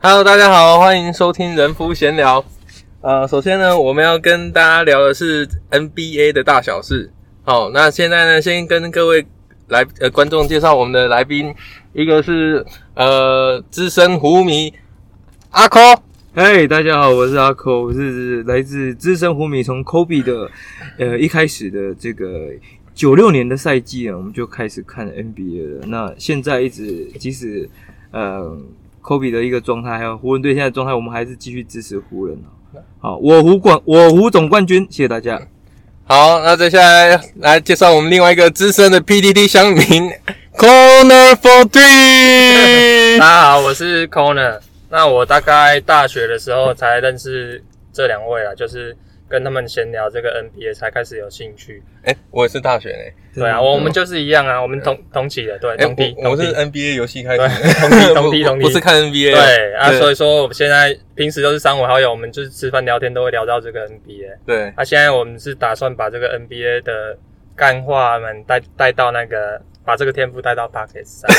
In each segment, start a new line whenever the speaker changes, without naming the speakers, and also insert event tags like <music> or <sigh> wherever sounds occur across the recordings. Hello，大家好，欢迎收听人夫闲聊。呃，首先呢，我们要跟大家聊的是 NBA 的大小事。好，那现在呢，先跟各位来呃观众介绍我们的来宾，一个是呃资深湖迷阿 Q，
嗨，大家好，我是阿 Q，我是来自资深湖迷，从 Kobe 的呃一开始的这个九六年的赛季啊，我们就开始看 NBA 了。那现在一直即使呃 Kobe 的一个状态，还有湖人队现在的状态，我们还是继续支持湖人啊。好，我湖冠，我湖总冠军，谢谢大家。
好，那接下来来介绍我们另外一个资深的 PDD 乡民 Corner for Three
<laughs> 大。家好，我是 Corner。那我大概大学的时候才认识这两位啊，就是跟他们闲聊这个 NBA 才开始有兴趣。
哎、我也是大选哎、
对啊，我我们就是一样啊，我们同同起的，对，
哎、
同地
我我
同
是
地。
NBA 游戏开始，
对 <laughs> 同批同
<laughs>
批
不
同批
不是看 NBA，
对啊，所
以
以说我们现在平时都是三五好友，我们就是吃饭聊天都会聊到这个 NBA。
对
啊，现在我们是打算把这个 NBA 的干话们带带到那个，把这个天赋带到 Pockets 上。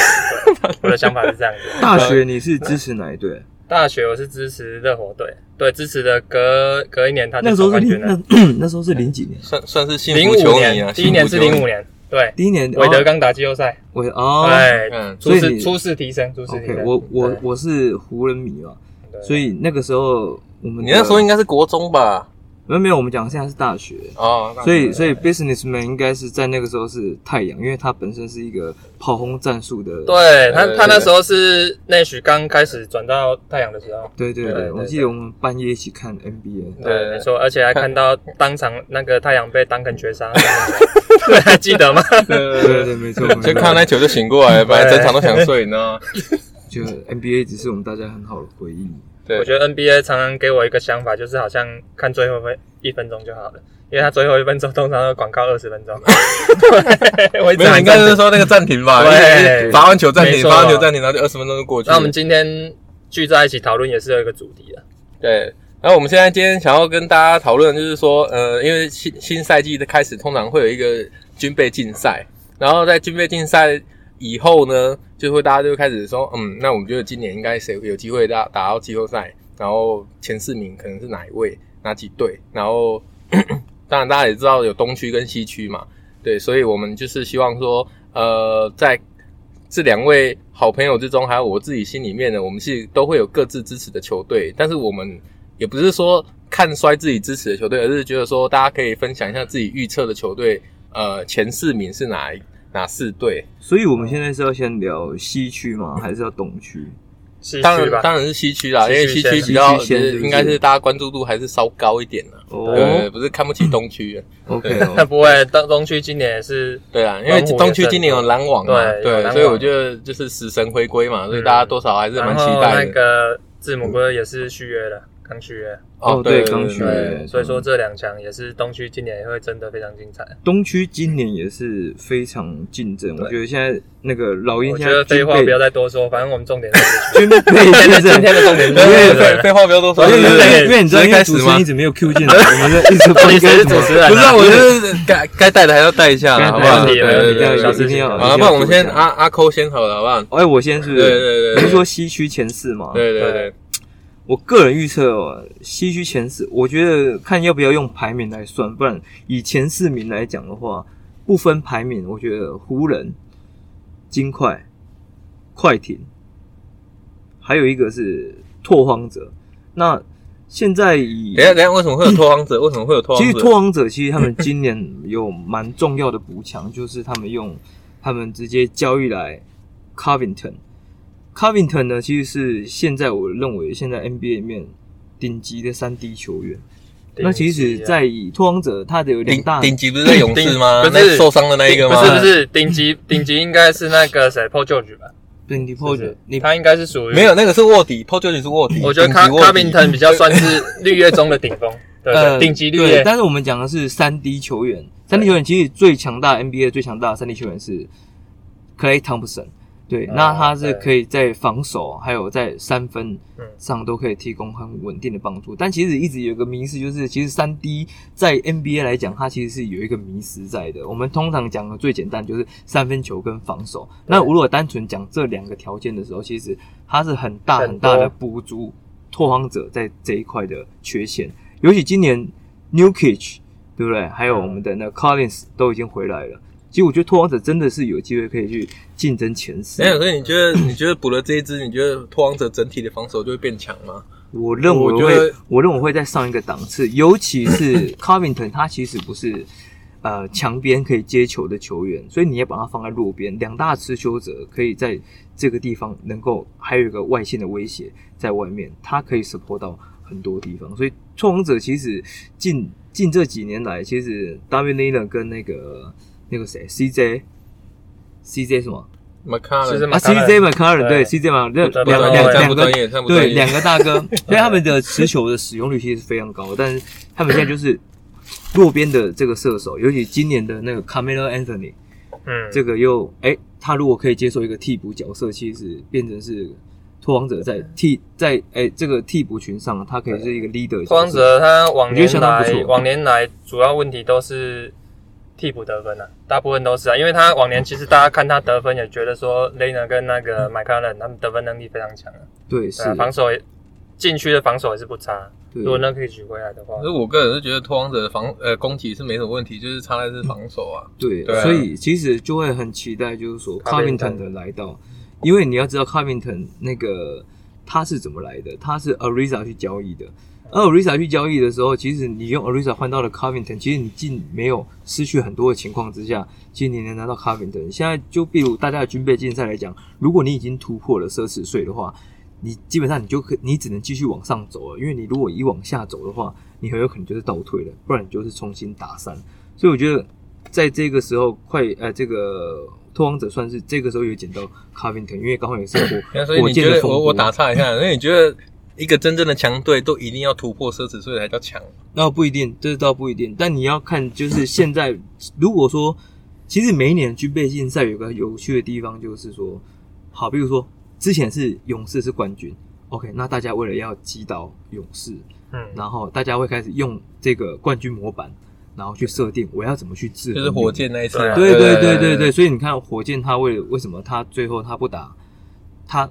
对我的想法是这样子。
大学你是支持哪一队？
大学我是支持热火队，对，支持的隔隔一呃年他
那
就
时候是
总冠
零
军啊了。
那那时候是零几年，
算算是幸
零
福
五
球迷啊，
年，第一年是零五
年，
年，对，
第一年哦
韦德
刚
刚打季后赛，
韦哦
对
嗯，
初
所以
试
你
初试提升，初试提
，OK，
升。
我我
对
我是湖人迷啊。
对
所以那个时候我们
你那时候应
该
该是国中吧？
没有没有，我们讲现在是大学，
哦，那
所以所以 businessman 应该是在那个时候是太阳，因为他本身是一个炮轰战术的。
对啊他
对
他那时候是内许刚开始转到太阳的时候，
对对对
对对
我记得我们半夜一起看 NBA，
对
对，没错，而且还看到当场那个太阳被当肯
<laughs>
绝杀，对，还记得吗？
对对对，没错，没错
就看那球就醒过来，本来整场都想睡，你知道吗？
就 NBA 只是我们大家很好的回忆。
对
我，觉得 NBA 常常给我一个想法，就是好像看最后分一分钟就好了，因为他最后一分钟通常都广告二十分
<laughs>
钟。对，我一直
没有，
很
应该
赞
是
成
说那个暂停吧，
对
就是罚完球暂停，
没错
罚完球暂停，然后就二十分钟就过去了。
那我们今天聚在一起讨论也是有一个主题的，啊
对，然后我们现在今天想要跟大家讨论，就是说，呃，因为新新赛季的开始，通常会有一个军备竞赛，然后在军备竞赛以后呢，就会大家就会开始说，嗯，那我们觉得今年应该谁有机会打打到季后赛，然后前四名可能是哪一位，哪几队，然后嗯当然大家也知道有东区跟西区嘛，对，所以我们就是希望说，呃，在这两位好朋友之中，还有我自己心里面呢，我们是都会有各自支持的球队，但是我们也不是说看衰自己支持的球队，而是觉得说大家可以分享一下自己预测的球队，呃，前四名是哪一哪四队？
所以我们现在是要先聊西区吗？还是要东区？
西
当
区
然
吧。
当然是西区啦，因
西区
为西区
先
比较
西区先
就是
是不是
应该是大家关注度还是稍高一点的，对，
哦
不是看不起东区，
<laughs> ，OK，
那
哦
<laughs> 不会，东东区今年也是
对啊，因为
蓝嗯虎也
东区
是
今年有篮网嘛，
对有
对，
篮
所以
网
我觉得就是死神回归嘛，所以大家多少还是蛮
嗯然
期
后
待
那
的。
个字母哥也是续约了，刚续约，
哦对刚续约
对，
嗯
所以说这两强也是东区今年也会争得非常精彩。
东区今年也是非常竞争，我
对
觉得现在那个老鹰
我
现
觉
在
得废话
军备
不要再多说，反正我们重点是
军备现在
今天的
<laughs>
重点是
对对
对
对，废话不要多说。
因为
对对对
因为你知道，因为主持人一直没有 Q 进来，我们在一直不应该怎么
人
不是啊，我觉得该该带的还要带一下啦，好不好？
该带的
对
没问题
对
没问
对
题小
对
心
一定要。
好了，不然我们先阿。阿抠先好了，好不好？
哎，我先是，
对对对
你
对
是说西区前四吗？，
对对对，
我个人预测哦，西区前四，我觉得看要不要用排名来算，不然以前四名来讲的话，不分排名，我觉得湖人、金块、快艇，还有一个是拓荒者。那现在以
等一下等一下，为什么会有拓荒者？为什么会有拓
其
荒
实
者？
拓荒者其实他们今年有蛮重要的补强，就是他们用他们直接交易来 Covington。Covington 呢，其实是现在我认为现在 NBA 里面顶级的三 D 球员。
啊
那其实，在以拓荒者，他的有两
顶
大
顶级不是在勇士吗？
顶不
那
是
受伤的那一个吗？
不是不是顶级顶级应该是那个谁 Paul George 吧？
顶级破
是
者，
不是
你
他应该是属于
没有，那个是卧底，Paul George 是卧底。
我觉得
顶
卡
级卧
卡
底
宾腾比较算是绿叶中的顶峰，对对，顶级绿
呃嗯对
叶，
但是我们讲的是三 D 球员，三 D 球员其实最强大 NBA 最强大的三 D 球员是 Clay Thompson。对，
哦
那他是
对
可以在防守还有在三分
嗯
上都可以提供很稳定的帮助。但其实一直有一个迷思，就是其实三 D 在 NBA 来讲，它其实是有一个迷思在的。我们通常讲的最简单就是三分球跟防守。那如果单纯讲这两个条件的时候，其实它是很大
很
很大的
多
补足拓荒者在这一块的缺陷。尤其今年 Newkich 对不对？还有我们的那 Collins 都已经回来了。其实我觉得拓荒者真的是有机会可以去竞争前四。
哎、所以你觉得你觉得补了这一支，你觉得拓荒者整体的防守就会变强吗？
我认为
我
我
觉
会
得，
我认为会在上一个档次，尤其
<laughs>
是 Covington，他其实不是呃墙边可以接球的球员，所以你也把他放在路边，两大持球者可以在这个地方能够还有一个外线的威胁在外面，他可以 support 到很多地方，所以拓荒者其实近近这几年来，其实 w l i n 跟那个那个谁 CJ。CJ 什么
其实
McCallum
啊
McCollum
？CJ McCarron 对
对
CJ m c c
不专
两
业
两
这样
两
不
个
专业，这样不专
对，
业。
两个大
<laughs>
哥，所以他们的持球的使用率其实非常高，但是他们现在就是弱边的这个射手，尤其今年的那个 Camilo Anthony，
嗯，
这个又哎、他如果可以接受一个替补角色，其实变成是拓荒者在替在哎、这个替补群上，他可以是一个 leader 角色。
拓荒者他往
我觉得
年
相当不
来
错
往年来主要问题都是替补得分啊，大部分都是啊，因为他往年其实大家看他得分也觉得说 l e n a 跟那个 m c c a l l e n 他们得分能力非常强啊，
对嗯是
对啊，防守也禁区的防守也是不差，啊
对
如果那可以举回来的话
可是，我个人是觉得拓荒者的防呃攻击是没什么问题，就是差在是防守啊。
对，
对啊
所以其实就会很期待，就是说
Covington
Covington 的来到，因为你要知道 Covington 那个他是怎么来的，他是 Ariza 去交易的。而 Ariza 去交易的时候，其实你用 Ariza 换到了 Covington，其实你既没有失去很多的情况之下，其实你能拿到 Covington。现在就比如大家的军备竞赛来讲，如果你已经突破了奢侈税的话，你基本上你就可你只能继续往上走了，因为你如果一往下走的话，你很有可能就是倒退了，不然你就是重新打散。所以我觉得在这个时候快呃这个拓荒者算是这个时候有捡到 Covington，因为刚好也是我
那所以
火
你
箭
觉
的
得
风
我
波
我打岔一下，那你觉得一个真正的强队都一定要突破奢侈税才叫强？
那不一定，这倒不一定，但你要看就是现在如果说其实每一年的军备竞赛有个有趣的地方就是说，好，比如说之前是勇士是冠军，OK，那大家为了要击倒勇士，
嗯，
然后大家会开始用这个冠军模板，然后去设定我要怎么去制
就
衡
是火
勇
箭那一次
对
嘛。
啊
对对对
对
对对，所以你看火箭他为了为什么他最后他不打，他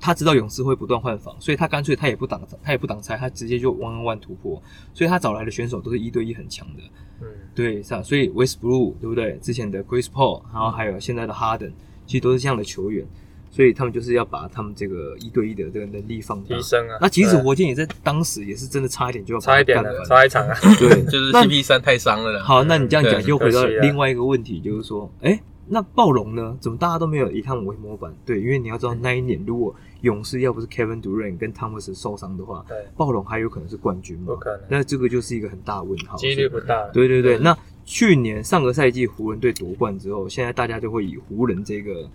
他知道勇士会不断换防，所以他干脆他也不挡他也不挡拆，他直接就 one on one 突破，所以他找来的选手都是一对一很强的，
嗯，
对，是啊，所以 Westbrook 对不对？之前的 Chris Paul，然后还有现在的 Harden，其实都是这样的球员，所以他们就是要把他们这个一对一的这个能力放大
提。升啊，
那其实
对啊
火箭也在当时也是真的差一点就要把他
差一点
干
的，
翻
差一场啊， <laughs>
对，
就是
那
CP 三太伤了啦。
好，那你这样讲
对
又回到
可惜啊
另外一个问题，就是说，哎、那暴龙呢？怎么大家都没有以他们为模板？对，因为你要知道那一年，如果勇士要不是 Kevin Durant 跟汤姆斯受伤的话，
对，
暴龙还有可能是冠军吗
不？可能，
那这个就是一个很大的问号。
几率不大了，
对对对，
嗯
那去年上个赛季湖人队夺冠之后，现在大家就会以湖人这个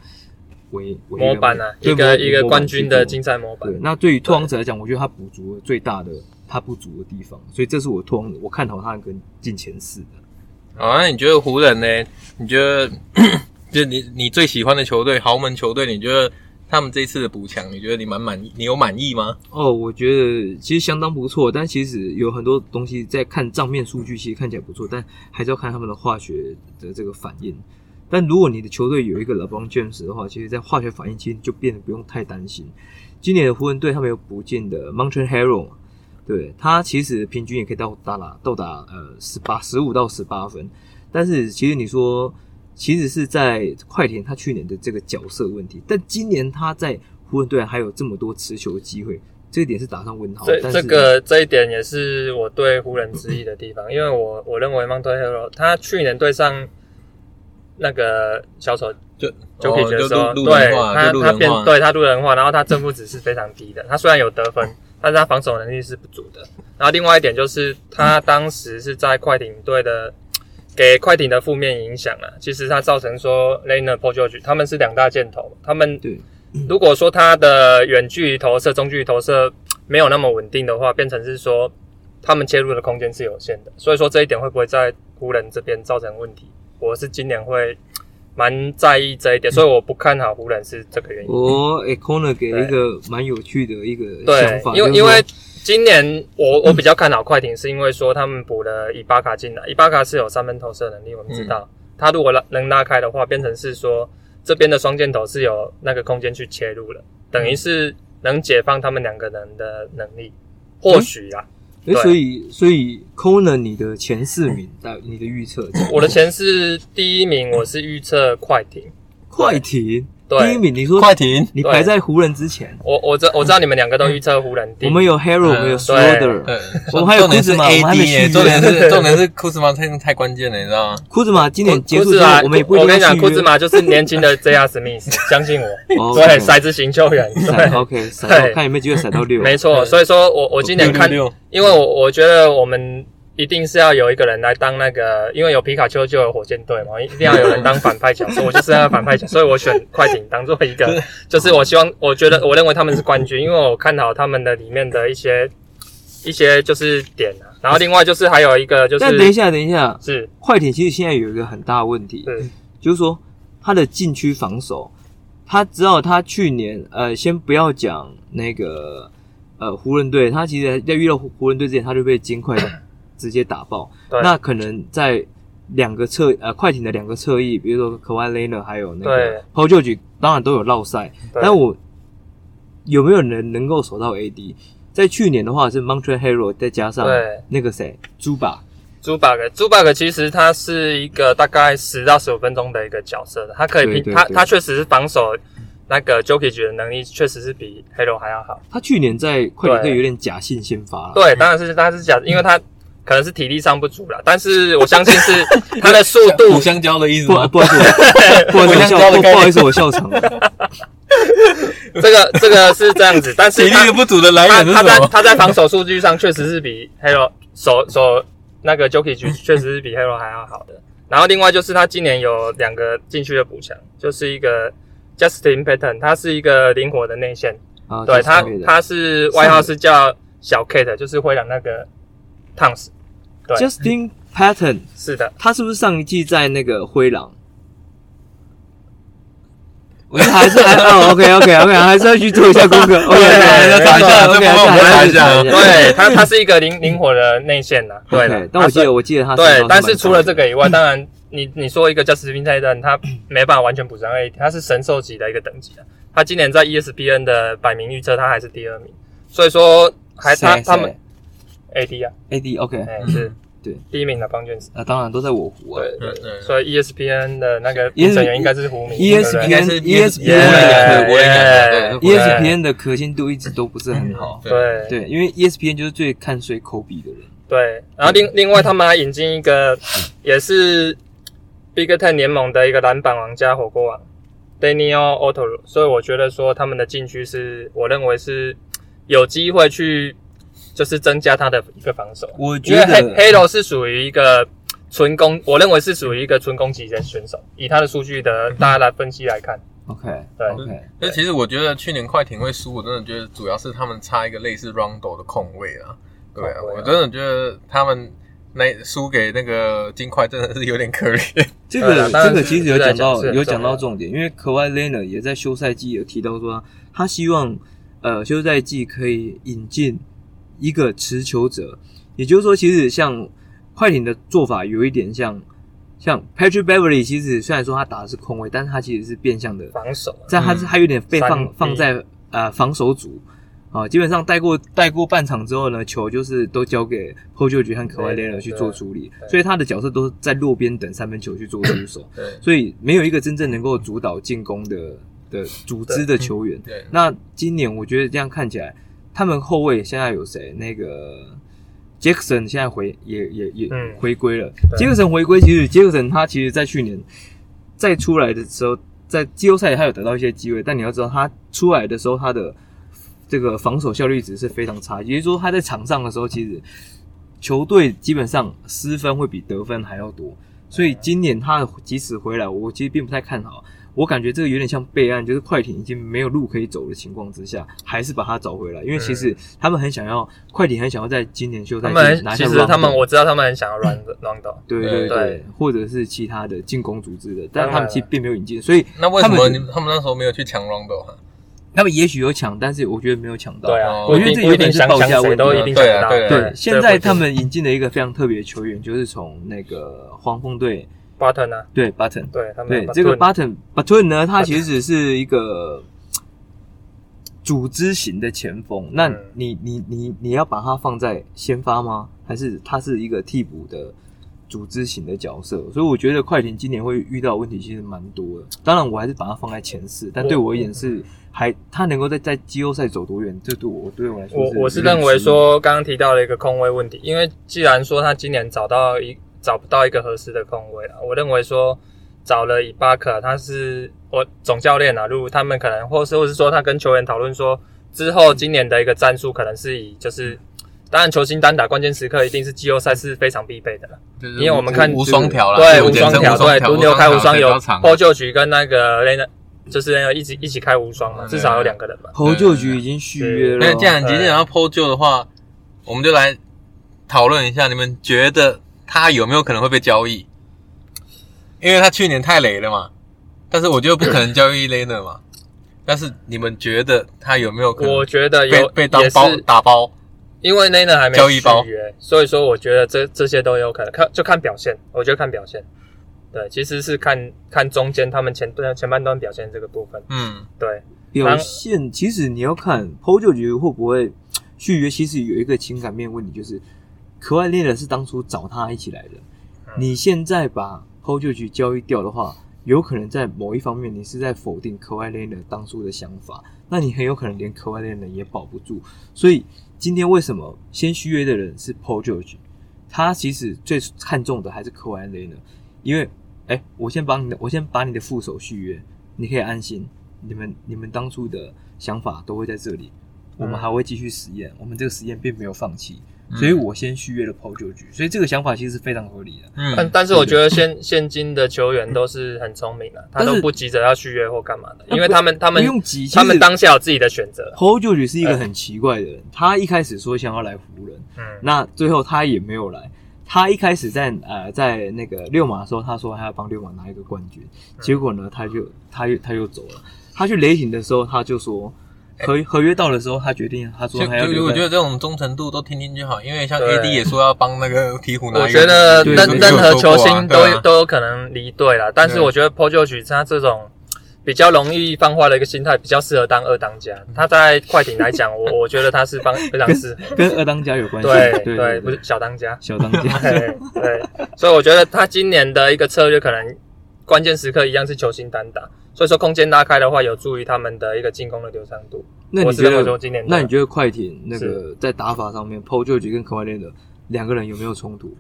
为为一个
模板啊，
对
一个
模
一个
模板
冠
去
军的
做
竞赛模板
对，，那对于拓荒者来讲，我觉得他补足了最大的他不足的地方，所以这是我拓荒我看好他跟进前四的。
好，啊那你觉得湖人呢？你觉得就你你最喜欢的球队豪门球队，你觉得他们这一次的补强，你觉得你蛮满意？你有满意吗？
哦，我觉得其实相当不错，但其实有很多东西在看账面数据，其实看起来不错，但还是要看他们的化学的这个反应。但如果你的球队有一个 LeBron James 的话，其实，在化学反应其实就变得不用太担心。今年的湖人队他们有补进的 Mountain Hero，对他其实平均也可以到达啦，到达呃十八十五到十八分，但是其实你说，其实是在快艇他去年的这个角色问题，但今年他在湖人队还有这么多持球机会，这一点是打上问号。
这
但是
这个这一点也是我对湖人质疑的地方，因为我我认为 m o n t e Hero 他去年对上那个小丑
就
就可以觉得
哦
说，
就路路
对
人化，
他
就路
他
人
变
化。
对他路人化，然后他正负值是非常低的，他虽然有得分，但是他防守能力是不足的。然后另外一点就是他当时是在快艇队的。给快艇的负面影响啊，其实他造成说 l e n a p o j o g e 他们是两大箭头，他们
对
如果说他的远距离投射、中距离投射没有那么稳定的话，变成是说他们切入的空间是有限的。所以说这一点会不会在湖人这边造成问题？我是今年会蛮在意这一点，所以我不看好湖人是这个原因。
我诶 Corner 给了一个蛮有趣的一个想
对
法，，
因为
就是
因
说
为今年我我比较看好快艇，是因为说他们补了伊巴卡进来，伊巴卡是有三分投射能力，我们知道、
嗯
他如果拉能拉开的话，变成是说这边的双箭头是有那个空间去切入了，等于是能解放他们两个人的能力，或许啊啦。
诶
对
所以所以 Corner 你的前四名，大你的预
<laughs>
测，
我的钱是第一名，我是预测快艇，
快艇
对
嗯第一名，你说
快艇，
你
对
排在湖人之前，
我我知我知道你们两个都预测湖人第一，
我们有 Hero，我们有
嗯对
Schroeder，
对，
我们还有
重点是
Kuzma，我们还
AD
没续约
耶，重点是重点是库兹马太太关键了，你知道吗？
库兹马今年结
库
束
兹
之后
马，，
我们也不一
我
定要
跟你讲，
续
库兹
约。
马就是年轻的 J.R. Smith，相
<laughs>
信我，
哦
对，
，OK
骰子型球员，对
闪。OK，闪到看有没有机会闪到六。
没错，
嗯
所以说我我今年看，
六
因为我我觉得我们一定是要有一个人来当那个，因为有皮卡丘就有火箭队嘛，一定要有人当反派角
<laughs>
色，我就是那个反派角色，所以我选快艇当做一个，就是我希望，我觉得我认为他们是冠军，因为我看好他们的里面的一些一些就是点啊，然后另外就是还有一个就
但等一
是
下，等一下，
是
快艇其实现在有一个很大的问题，
是
就是说他的禁区防守，他知道他去年呃，先不要讲那个呃湖人队，他其实在遇到湖湖人队之前，他就被金
<coughs>
块直接打爆。
对
那可能在两个侧呃快艇的两个侧翼，比如说 k a w h i l e n a 还有那
对
个 Paul George，当然都有落赛，
对
但我有没有人能够守到 AD？在去年的话是 Montreal Hero，再加上
对
那个谁朱巴，
朱巴格，朱巴格其实他是一个大概十到十五分钟的一个角色，他可以
对
拼，
对
他
对
他确实是防守那个 Jokic 的能力确实是比 Hero 还要好。
他去年在快艇队
对
有点假性先发了。
对，当然是他是假，因为他可能是体力上不足啦，但是我相信
<laughs>
是他的速
五
度，
香蕉的意思
不
吗？
不好意思，不好意思，我笑，
<laughs>
不不好意思，我笑场了。
这个这个是这样子，但
体
是他
力不足的来
他
源是
他
什
在
么？
他在防守数据上确实是比 Hero 手手那
<laughs>
个 Jokic 确实是比 Hero 还要好的。然后另外就是他今年有两个禁区的补强，就是一个 Justin Patton，他是一个灵活的内线，
啊，
对
这
他
是对的
他是外号是叫小 K 的，就是灰狼那个 t o n s 对
Justin Patton，
是的，
他是不是上一季在那个灰狼？我觉得还是还哦，OK OK OK，还是要去做一下功课。OK，
对查一下这
OK，
部分我们查一下啊
对他他是一个
<laughs>
灵灵活的内线呐，对啦
OK，但我记
他是
得我记得他
对，但是除了这，个以外，当然你你说一个叫 s t e v e 他没办法完全补上 A，他是神兽级的一个等级啊。他今年在 ESPN 的百名预测，他还是第二名，所以说还他他们 AD 啊，
AD OK，
哎、
嗯
是
对
第一名的方卷子，
那当然都在我湖啊。
对对
嗯嗯
对，所以 E ESPN 的那个
ES-
评审员应该是胡明对不对
ESPN
应该是
Yeah，
国人感，国人感，
ESPN 的可信度一直都不是很好，
对
对，因为 ESPN 就是最看衰科比的人。
对，然后
嗯
另另外他们还引进一个也是 Big Ten 联盟的一个篮板王加火锅王 Daniel o t o r o 所以我觉得说他们的禁区是我认为是有机会去就是增加他的一个防守，
我觉
因为黑
得
黑楼是属于一个纯攻，我认为是属于一个纯攻击的选手，以他的数据的大家来分析来看，
OK
对
OK，
那其实我觉得去年快艇会输，我真的觉得主要是他们差一个类似 Rondo 的控卫啊。对啊，
控卫啊
我真的觉得他们那输给那个金块真的是有点可怜。
这
对
个
啊当
这
然
个其实有讲到
是是很
有讲
重
到
要
重点，因为 k a w h i l e n a 也在休赛季有提到说他，他希望呃休赛季可以引进一个持球者，也就是说，其实像快艇的做法有一点像像 Patrick Beverly，其实虽然说他打的是空位，但是他其实是变相的，
防守啊
在他是
嗯
他有点被
三
放
D
放在呃防守组。啊，基本上带过带过半场之后呢，球就是都交给 p o j o 和 k a w h i l e n a 去做处理，
对
所以他的角色都是在路边等三分球去做出手。
对
所以没有一个真正能够主导进攻的的组织的球员。
对，
那今年我觉得这样看起来，他们后卫现在有谁？那个杰克森现在回也也也
嗯
回归了。
对
杰克森回归，其实杰克森他其实在去年再出来的时候，在季后赛他有得到一些机会，但你要知道他出来的时候他的这个防守效率值是非常差，也就是说他在场上的时候其实。球队基本上失分会比得分还要多，所以今年他即使回来，我其实并不太看好。我感觉这个有点像备案，就是快艇已经没有路可以走的情况之下，还是把他找回来，因为其实他们很想要，快艇很想要在今年休赛
嗯他们
季拿
很
下
其
round
实
的。
他们我知道他们很想要 run run 到，
对对
对
对，或者是其他的进攻组织的，但
当然
他们其实并没有引进，所以
那为什
他
么
们
你他们那时候没有去抢 Rondo 啊？
他们也许有抢，但是我觉得没有抢到。
对
哦
啊，
我
不一
觉得
定
这
不
有
一
点
定
是
想
报
想
价
谁
问
都
题
一定
对啊
想到，
对啊
对，现在他
们
们引进了一个非常特别的球员，就是从那个黄蜂队
button 啊，
对 Button，
对他们
对
Button
这个 Button Button 呢，他其实是一个组织型的前锋。那
嗯
你你你你要把他放在先发吗？还是他是一个替补的组织型的角色？所以我觉得快艇今年会遇到的问题其实蛮多的。当然，我还是把他放在前四，但对我
嗯
而言是还他能够在在季后赛走多远，这对我对我来说
我我是
有点
认为
迟疑
说，刚刚提到了一个空位问题，因为既然说他今年找到一找不到一个合适的空位了，我认为说找了伊巴克，他是我总教练啊，如果他们可能，或是或是说他跟球员讨论说，之后今年的一个战术可能是以就是，当然球星单打关键时刻一定是季后赛是非常必备的啦，
就是
因为我们看
无无双条啦，
对，
我
无
简称
双条，
无双
对，
条，
毒牛开无双有
比较长
破旧局跟那个雷纳，就是那个一起一起开无双嘛，
嗯
至少有两个人吧。
侯旧
嗯
局已经续约了
那，既然今天要破旧的话，我们就来讨论一下，你们觉得他有没有可能会被交易？因为他去年太雷了嘛，但是我觉得不可能交易 Lena 嘛。但是你们觉得他有没有可能
我觉得
被
有
被当
也是
包打包？
因为 Nana 还没
交易包
续约，所以说我觉得这这些都有可能看，就看表现。我觉得看表现，对，其实是看看中间他们前段前半段表现这个部分。
嗯，
对，
表现其实你要看 PO 九局会不会续约，其实有一个情感面问题，就是可外练的是当初找他一起来的，你现在把 PO 九局交易掉的话，有可能在某一方面你是在否定可外练的当初的想法，那你很有可能连可外练的也保不住。所以今天为什么先续约的人是 PO 九局？他其实最看重的还是科怀雷呢，因为哎，我先把你的，我先把你的副手续约，你可以安心。你们你们当初的想法都会在这里，我
嗯
们还会继续实验，我们这个实验并没有放弃，
嗯
所以我先续约了 PO 九局，所以这个想法其实是非常合理的。
但
嗯，
但是我觉得现现今的球员都是很聪明的、啊他
但
都
是
不急着要续约或干嘛的，
那
因为他们他们
不用急，
他们当下有自己的选择。
PO 九局是一个很奇怪的人，他一开始说想要来湖人，
嗯，
那最后他也没有来。他一开始在呃在那个六马的时候，他说他要帮六马拿一个冠军，
嗯
结果呢他就他又他又走了。他去雷霆的时候，他就说
哎
合合约到的时候，他决定他
就
说他要
就
留
我
在
觉得这种忠诚度都听听就好，因为像
对
AD 也说要帮那个鹈鹕拿一个，
我觉得
对
任
对
任何球星都
对啊
都有可能离队了，但是我觉得 p o j o 他这种比较容易放坏的一个心态，比较适合当二当家。他在快艇来讲，我 <laughs> 我觉得他是帮非常适合。
跟二当家有关系。
<laughs> 对
对
对，不
不
是
是。
小当家
小当
<laughs>
家。
对对，所以我觉得他今年的一个策略可能关键时刻一样是球星单打，所以说空间拉开的话，有助于他们的一个进攻的流畅度。
那
我
你
是
觉
这么说
得？
今年的？
那你觉得快艇那个在打法上面，PO 旧局跟科怀练的两个人有没有冲突？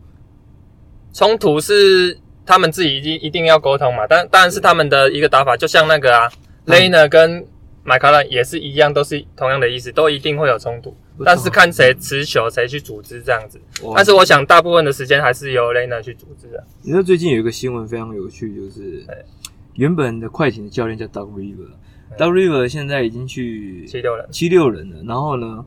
冲突是他们自己一定一定要沟通嘛，但当然是他们的一个打法，就像那个啊、
嗯
l a n e r 跟麦卡伦也是一样，都是同样的意思，都一定会有冲突，
不
但是看谁持球，谁去组织这样子。
哇
但是我想大部分的时间还是由 l a n e r 去组织的。
你知道最近有一个新闻非常有趣，就是
哎
原本的快艇的教练叫 Doug River，Doug River 现在已经去
七六人，
七六人了，然后呢，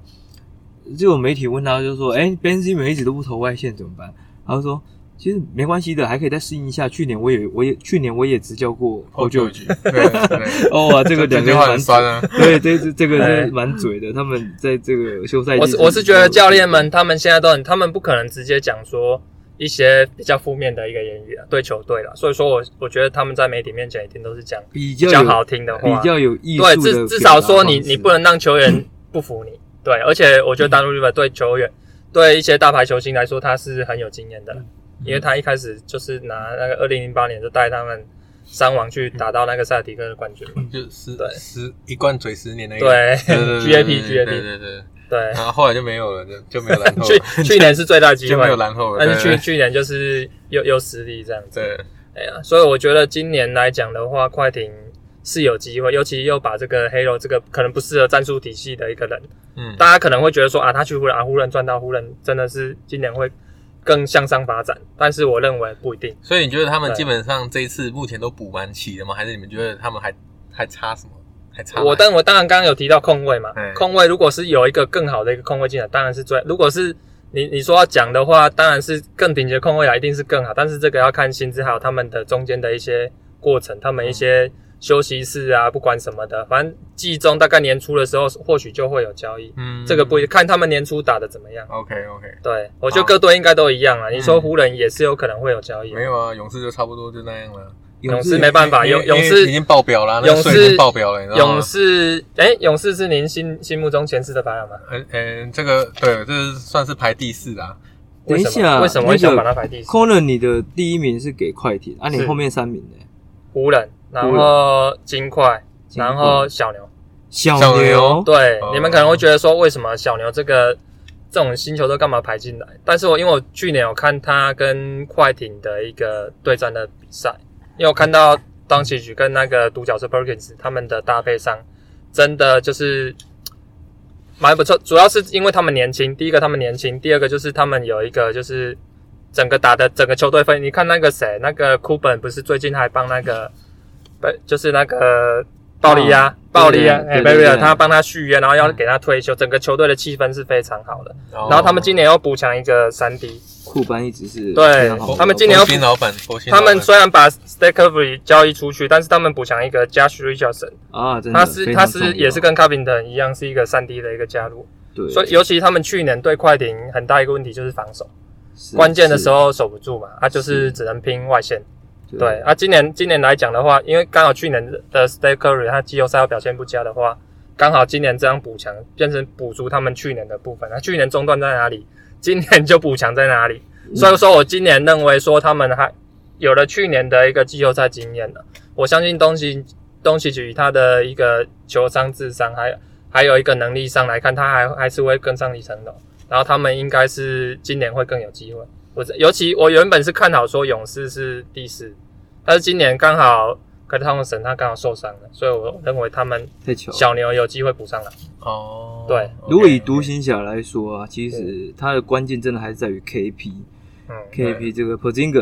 就有媒体问他，就说：“哎、b e n Simmons 一直都不投外线怎么办？”然后说：“其实没关系的，还可以再适应一下。去年我也我也去年我也执教过 PO 旧
<laughs>
局。
局，对对，
哦哇，这
<laughs>
个
这
两
句
个人
话
蛮
很酸啊。
对，这这这个
哎
是蛮嘴的。他们在这个休赛季，
我是我是觉得教练们他们现在都很，他们不可能直接讲说一些比较负面的一个言语啊，对球队了。所以说我我觉得他们在媒体面前一定都是讲
比较
比
有
较好听的话，
比较有艺术
对，
的
至至
表达
少说你
方式
你不能让球员不服你。对，而且我觉得 w r i v e 对球员对一些大牌球星来说，他是很有经验
嗯
的，因为他一开始就是拿那个二零零八年就带他们三王去打到那个塞尔提克的冠军嘛。
<laughs> 就十
对
十一罐嘴十年那个，
对
嗯对对对对
GAP
对
GAP
对对对，
对，
然后后来就没有了，就就没有然后了，
去去年是最大
<laughs>
机
就没有
会，
然后了。
但是
对
去去年就是有有实力这样子。
<laughs> 对，
哎呀，所以我觉得今年来讲的话，快艇是有机会，尤其又把这个 Halo 这个可能不适合战术体系的一个人
嗯，
大家可能会觉得说啊，他去湖人啊，湖人赚到，湖人真的是今年会更向上发展，但是我认为不一定。
所以你觉得他们
对
基本上这一次目前都补满齐了吗？还是你们觉得他们还还差什么？还差哪里
我但我当然刚刚有提到空位嘛
哎，
空位如果是有一个更好的一个空位进来，当然是最。如果是你你说要讲的话，当然是更顶级的空位来啊一定是更好，但是这个要看薪资还有他们的中间的一些过程，他们一
嗯
些休息室啊，不管什么的，反正季中大概年初的时候或许就会有交易，
嗯
这个不一看他们年初打的怎么样。
OK OK
对，我觉得各队应该都
嗯
一样啊。你说湖人也是有可能会有交易，
没有啊，勇士就差不多就那样了。
勇士没办法，
因
勇
为
勇
因为
士
已经爆表了，啊那个
勇士
税已经爆表了，
啊
你知道吗
勇士，哎，勇士是您心心目中前四的排行吗？
嗯嗯，这个对，这是算是排第四啊啦。
等一下
为什
那
么为什么会想
个
把它排第四？
Corner，你的第一名是给快艇，啊，你
是
后面三名呢？
湖人，然后金块，
金块
然后小牛。
小
小
牛
牛，
对
哦，
你们可能会觉得说，为什么小牛这个这种新球队干嘛排进来？但是我因为我去年有看他跟快艇的一个对战的比赛，因为我看到当奇局跟那个独角兽 Perkins 他们的搭配上，真的就是蛮不错。主要是因为他们年轻，第一个他们年轻，第二个就是他们有一个就是整个打的整个球队分。你看那个谁，那个库本不是最近还帮那个，不就是那个鲍利亚
嗯、
鲍利亚
对
哎
对
贝
对
瑞尔，
对
他帮他续约，然后要
嗯
给他退休，整个球队的气氛是非常好的。
嗯
然
然后他们今年又补强一个三 D，
库班一直是
对
非常好的
他们今年要
新老板，佛
哦
心老
他
板
们虽然把 Stackery 交易出去，但是他们补强一个 Josh Richardson，
啊，真的
他是
非
他
常重要
是也是跟 Covington 一样是一个三 D 的一个加入，
对，
所以尤其他们去年对快艇很大一个问题就是防守，
是
关键的时候守不住嘛，他就是
是
只能拼外线。
是
对啊，今年今年来讲的话，因为刚好去年的 Stackery 他季后赛表现不佳的话，刚好今年这样补强变成补足他们去年的部分，那去年中断在哪里，今年就补强在哪里。
嗯
所以说我今年认为说他们还有了去年的一个季后赛经验了，我相信东西东契奇他的一个球商、智商，还还有一个能力上来看，他还还是会跟上李成龙。然后他们应该是今年会更有机会。我是尤其我原本是看好说勇士是第四，但是今年刚好克汤森他刚好受伤了，所以我认为他们
太巧了。
小牛有机会补上来。
哦，
对
OK，
如果以独行侠来说啊，其实它的关键真的还是在于 KP。
嗯
KP 这个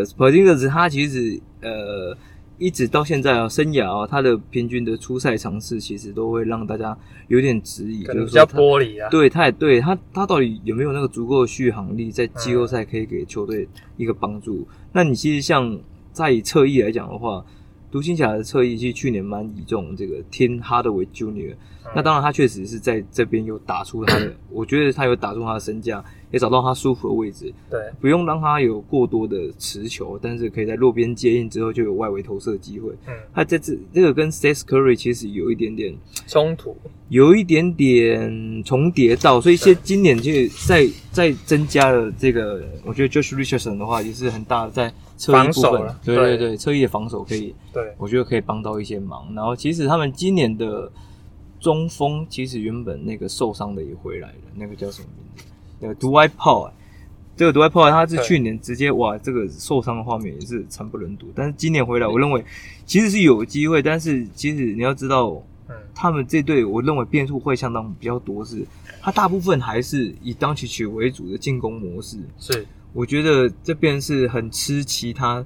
Porzingis，Porzingis 他其实呃一直到现在啊，生涯啊，他的平均的出赛尝试其实都会让大家有点质疑，
可
就
能
是
比较
说他
玻璃啊。
对，他也对他他到底有没有那个足够的续航力，在季
嗯
后赛可以给球队一个帮助？那你其实像在以侧翼来讲的话，独行侠的侧翼其实去年蛮倚重这个天哈德维 Junior，
嗯
那当然，他确实是在这边有打出
<clears throat>
他的，我觉得他有打出他的身价，也找到他舒服的位置，
对，
不用让他有过多的持球，但是可以在落边接应之后就有外围投射机会。
嗯，
他这次这个跟 Seth Curry 其实有一点点，
冲突。
有一点点重叠到，所以现今年就再再增加了这个，我觉得 Josh Richardson 的话也是很大的在侧翼
防
部
守
分
了，
对
对
对对，侧翼的防守可以
对，
我觉得可以帮到一些忙。然后其实他们今年的中锋，其实原本那个受伤的也回来了，那个叫什么名字？那个独外炮、啊，这个独外炮啊他是
对
去年直接哇，这个受伤的画面也是惨不忍睹。但是今年回来，我认为其实是有机会，但是其实你要知道。
嗯，
他们这队，我认为变数会相当比较多是，他大部分还是以当曲曲为主的进攻模式。
是
我觉得这边是很吃其他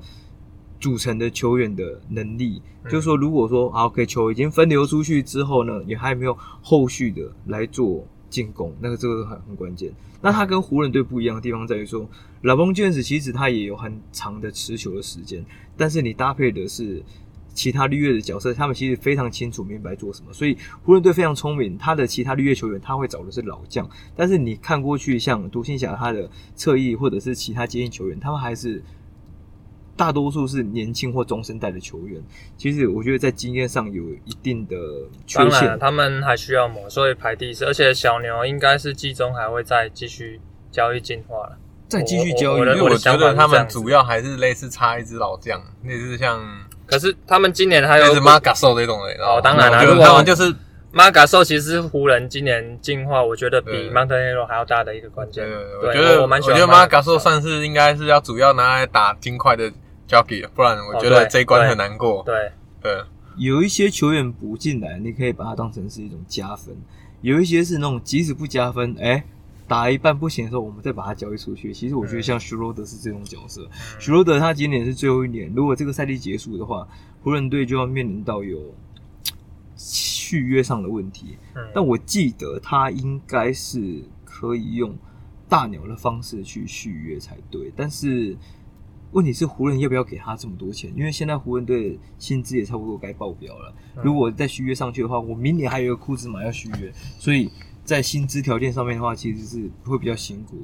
组成的球员的能力。
嗯
就是说，如果说啊，OK，球已经分流出去之后呢，也还没有后续的来做进攻，那个这个很很关键。那他跟湖人队不一样的地方在于说，老邦卷子其实他也有很长的持球的时间，但是你搭配的是。其他绿叶的角色，他们其实非常清楚明白做什么，所以湖人队非常聪明。他的其他绿叶球员，他会找的是老将，但是你看过去，像独行侠他的侧翼或者是其他接应球员，他们还是大多数是年轻或中生代的球员。其实我觉得在经验上有一定的缺
当然了
陷。
他们还需要磨，所以排第四。而且小牛应该是季中还会再继续交易进化了。
再继续交易
我，
因为我觉得他们主
要，
要还是类似插一只老将，类似像
可是他们今年还
类
有
似 m a g a s o 这种的，你知道吗
哦当然啦
我觉得
如果
他们就是
马嘎兽，其实是湖人今年进化，我觉得比
对
m o n t e n e r o 还要大的一个关键。
呃，
对
我觉得
我蛮喜
我
欢
觉得 m a
Marc
g a s
Gasol
o 算是应该是要主要拿来打金块的 Jockey，不然我觉
哦
得
对
这一关很难过。
对，
对，
有一些球员补进来，你可以把它当成是一种加分；有一些是那种即使不加分，哎、打一半不行的时候，我们再把他交易出去。其实我觉得像徐罗德是这种角色，
嗯
许罗德他今年是最后一年，如果这个赛季结束的话，湖人队就要面临到有续约上的问题。
嗯
但我记得他应该是可以用大鸟的方式去续约才对，但是问题是湖人要不要给他这么多钱？因为现在湖人队薪资也差不多该爆表了，
嗯
如果再续约上去的话，我明年还有一个库兹马要续约，所以在薪资条件上面的话，其实是会比较辛苦。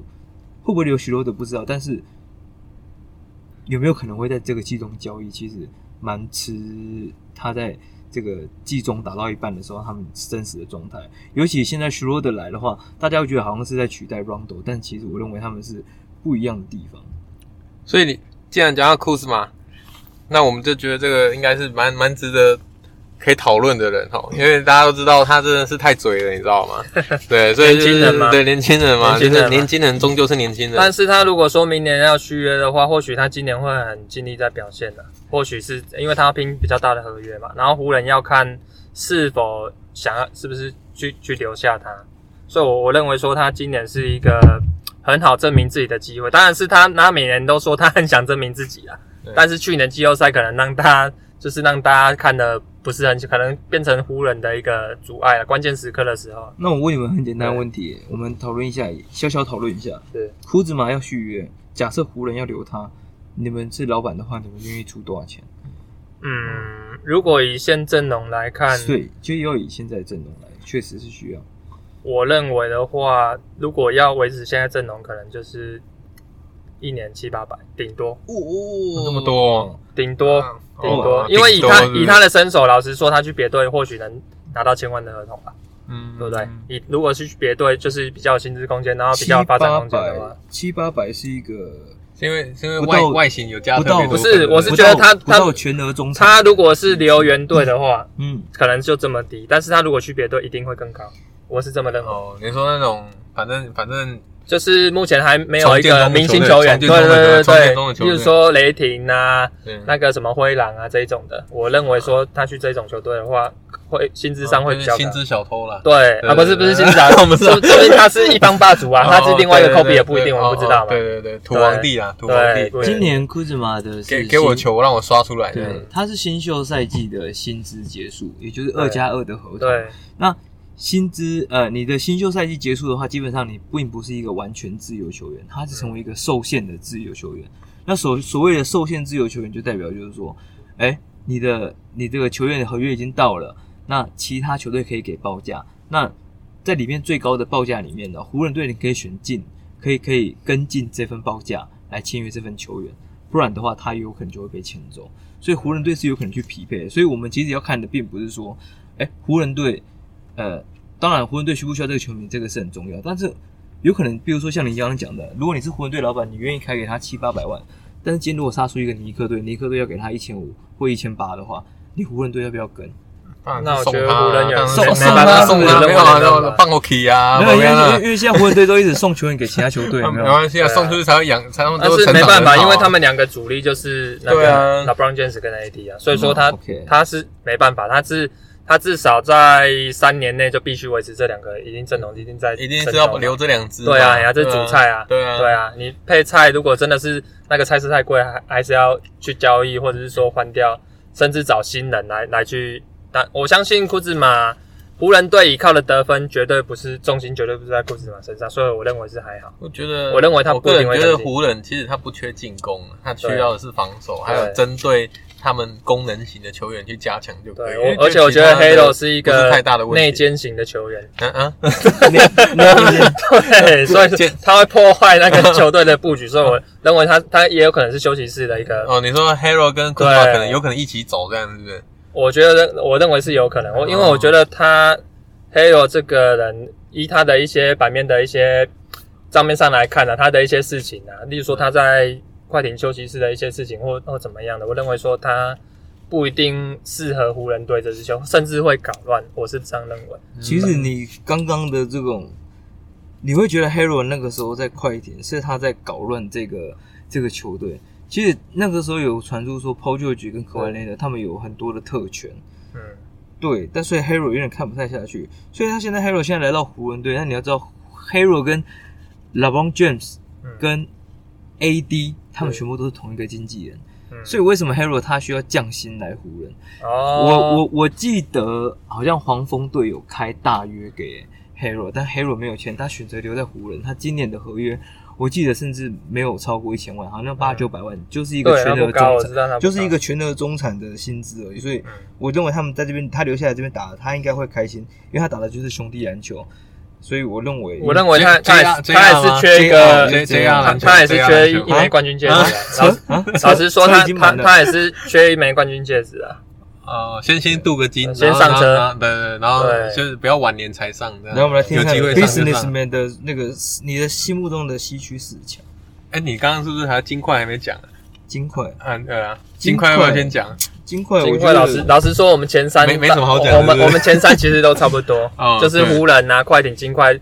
会不会留许罗德不知道，但是有没有可能会在这个季中交易，其实蛮吃他在这个季中打到一半的时候他们真实的状态。尤其现在许罗德来的话，大家会觉得好像是在取代 Rondo，但其实我认为他们是不一样的地方。
所以你既然讲到库兹马，那我们就觉得这个应该是蛮蛮值得可以讨论的人
<laughs>
哈，因为大家都知道他真的是太嘴了，你知道吗？对，所以、就是、
年轻人嘛
对年轻人嘛，
年轻人
就是
嘛
年轻人终究是年轻人
但。是他如果说明年要续约的话，或许他今年会很尽力在表现的，或许是因为他要拼比较大的合约嘛，然后湖人要看是否想要是不是去去留下他，所以我我认为说他今年是一个很好证明自己的机会，当然是他他每年都说他很想证明自己啊
对，
但是去年季后赛可能让他就是让大家看的不是很，可能变成湖人的一个阻碍了，啊关键时刻的时候，
那我问你们很简单的
对
问题，我们讨论一下，小小讨论一下。
是
库兹马要续约，假设湖人要留他，你们是老板的话，你们愿意出多少钱？
嗯，如果以现阵容来看，
对，就要以现在阵容来，确实是需要。
我认为的话，如果要维持现在阵容，可能就是一年七八百，顶多
哦
这么多，
顶多嗯顶多，
哦
因为以
顶
他
多是不是
以他的身手，老实说，他去别队或许能拿到千万的合同吧，
嗯
对不对？以如果是去别队，就是比较有薪资空间，然后比
七
较有发
八
展
百，
空间的话，
七八百是一个
是因为是因为
不
外
到
外形有加
不
特
到
别多
不
是
对对
我是
对
觉得他
不到不
他
到全额中产
他如果是留原队的话，
嗯，
可能就这么低，但是他如果去别队，一定会更高。我是这么认为，
哦，你说那种反正反正
就是目前还没有
重
一
建
个
中的
明星
球
球
队
员，对对
重建中的重建中的
对对对，
球
比
队
如说雷霆啊，
对
那个什么灰狼啊这一种的，我认为说他去这种球队的话，会薪资上会
哦
比
就
较
是薪
高。
资小偷啦。
对
对
啊，不
对
是不
对
是薪资啊，
<laughs> 我们知道
<laughs> 说说不定他是一帮霸主啊，他是另外一个
哦
Kobe 也不一定，
对对对
我不知道
哦
嘛。
对对对，土皇帝啊，土皇帝
对，，对
今年库兹马的是
给给我
新，
球让我刷出来。
对，他是新秀赛季的薪资结束，也就是
对
二加二的合同。
对
那薪资呃，你的新秀赛季结束的话，基本上你并不是一个完全自由球员，他是成为一个受限的自由球员。那所所谓的受限自由球员，就代表就是说，哎，你的你这个球员的合约已经到了，那其他球队可以给报价，那在里面最高的报价里面呢，湖人队你可以选进，可以可以跟进这份报价来签约这份球员，不然的话他有可能就会被签走。所以湖人队是有可能去匹配的，所以我们其实要看的并不是说，哎，湖人队，呃，当然湖人队需不需要这个球迷这个是很重要，但是有可能，比如说像你刚刚讲的，如果你是湖人队老板，你愿意开给他七八百万，但是今天如果杀出一个尼克队，尼克队要给他一千五或一千八的话，你湖人队要不要跟？
当然
那
是
我
送
觉得
他啊
湖人
当
有
然是
送
送
送他
送
是
他，
不是
没有啊，
认为
那放过 key 啊，
没有，因为
怎么样
因
啊
为因为现在湖人队都一直送球员给其他球队，有没
没
有？
关系啊，
对啊
送出去才会养，才他们
但
都
是
成
没
长
办
得
法，
很好啊
因为他们两个主力就是那
对
个
啊
LeBron James 跟 AD 啊，所以说他
嗯，OK
他是没办法，他是他至少在三年内就必须维持这两个已经阵容已经在
一定是
阵容
要
了
留这两只嘛。
对啊，你还是主菜啊，
对啊，
对啊，你配菜如果真的是那个菜是太贵，还还是要去交易，或者是说换掉，甚至找新人来来去。但我相信库兹马湖人队倚靠的得分绝对不是重心，绝对不是在库兹马身上，所以我认为是还好。
我觉得，
我认为他
我
不一
个
定
人
会
觉得
成绩
湖人其实他不缺进攻，他需
对
要的是防守，还有
对
针对他们功能型的球员去加强就可以。
对，
因为
我而且我觉
其
得
他的
Halo 是一
不是
个
太大的问题
内奸型的
<laughs>
球员，
嗯嗯，
对，所以
奸
他会破坏
<laughs>
那个球队的布局，所以我认为他他也有可能是休息室的一个
哦，你说 Hero 跟 k u z
对
可能有可能一起走这样，是不是？
我觉得我认为是有可能，我因为
哦
我觉得他 Hero 这个人，依他的一些版面的一些账面上来看呢、他的一些事情啊，例如说他在快艇休息室的一些事情或或怎么样的，我认为说他不一定适合湖人队这支球，甚至会搞乱，我是这样认为。
其实你刚刚的这种，你会觉得 Hero 那个时候在快艇是他在搞乱这个这个球队。其实那个时候有传出说 Paul George 跟 k a w h 他们有很多的特权，
嗯，
对，但所以 Hero 有点看不太下去，所以他现在 Hero 现在来到湖人队，那你要知道 Hero 跟 LeBron James
嗯
跟 AD 他们
对
全部都是同一个经纪人，
嗯
所以为什么 Hero 他需要降薪来湖人？
哦，
我我我记得好像黄蜂队有开大约给 Hero，但 Hero 没有签，他选择留在湖人。他今年的合约，我记得甚至没有超过一千万，好像八九百万，就是一
一
个全额
嗯不高，
中
我知
产，
道他不高
就是一个全额中产的薪资而已。所以
嗯
我认为他们在这边，他留下来这边打，他应该会开心，因为他打的就是兄弟篮球。所以我认为，
我认为他
这
他也
样
是
这样
他也
吗
是缺一
这
个
样
这这样
他
篮球，
他也是
这样
缺
篮
一
球
枚冠军戒指啊。老实
啊，
老实说，
车
他
已经
他
满了
他也是缺一枚冠军戒指啊。
哦，先先镀个金，
先
然后
上车
然后对对，对然后
对
就是不要晚年才上，这样
然后我们来听
有
一下
机会上就上。
businessman 的那个你的心目中的西区四强
哎，你刚刚是不是还金块还没讲啊？
金块，
啊，对啊，
金
金块
块
要不要先讲？
金块，我
金
觉
块
得
老师老实说，我们前三
没没什么好讲
我们
是不是
我们前三其实都差不多
<laughs> 哦，
就是湖人啊、快艇、金块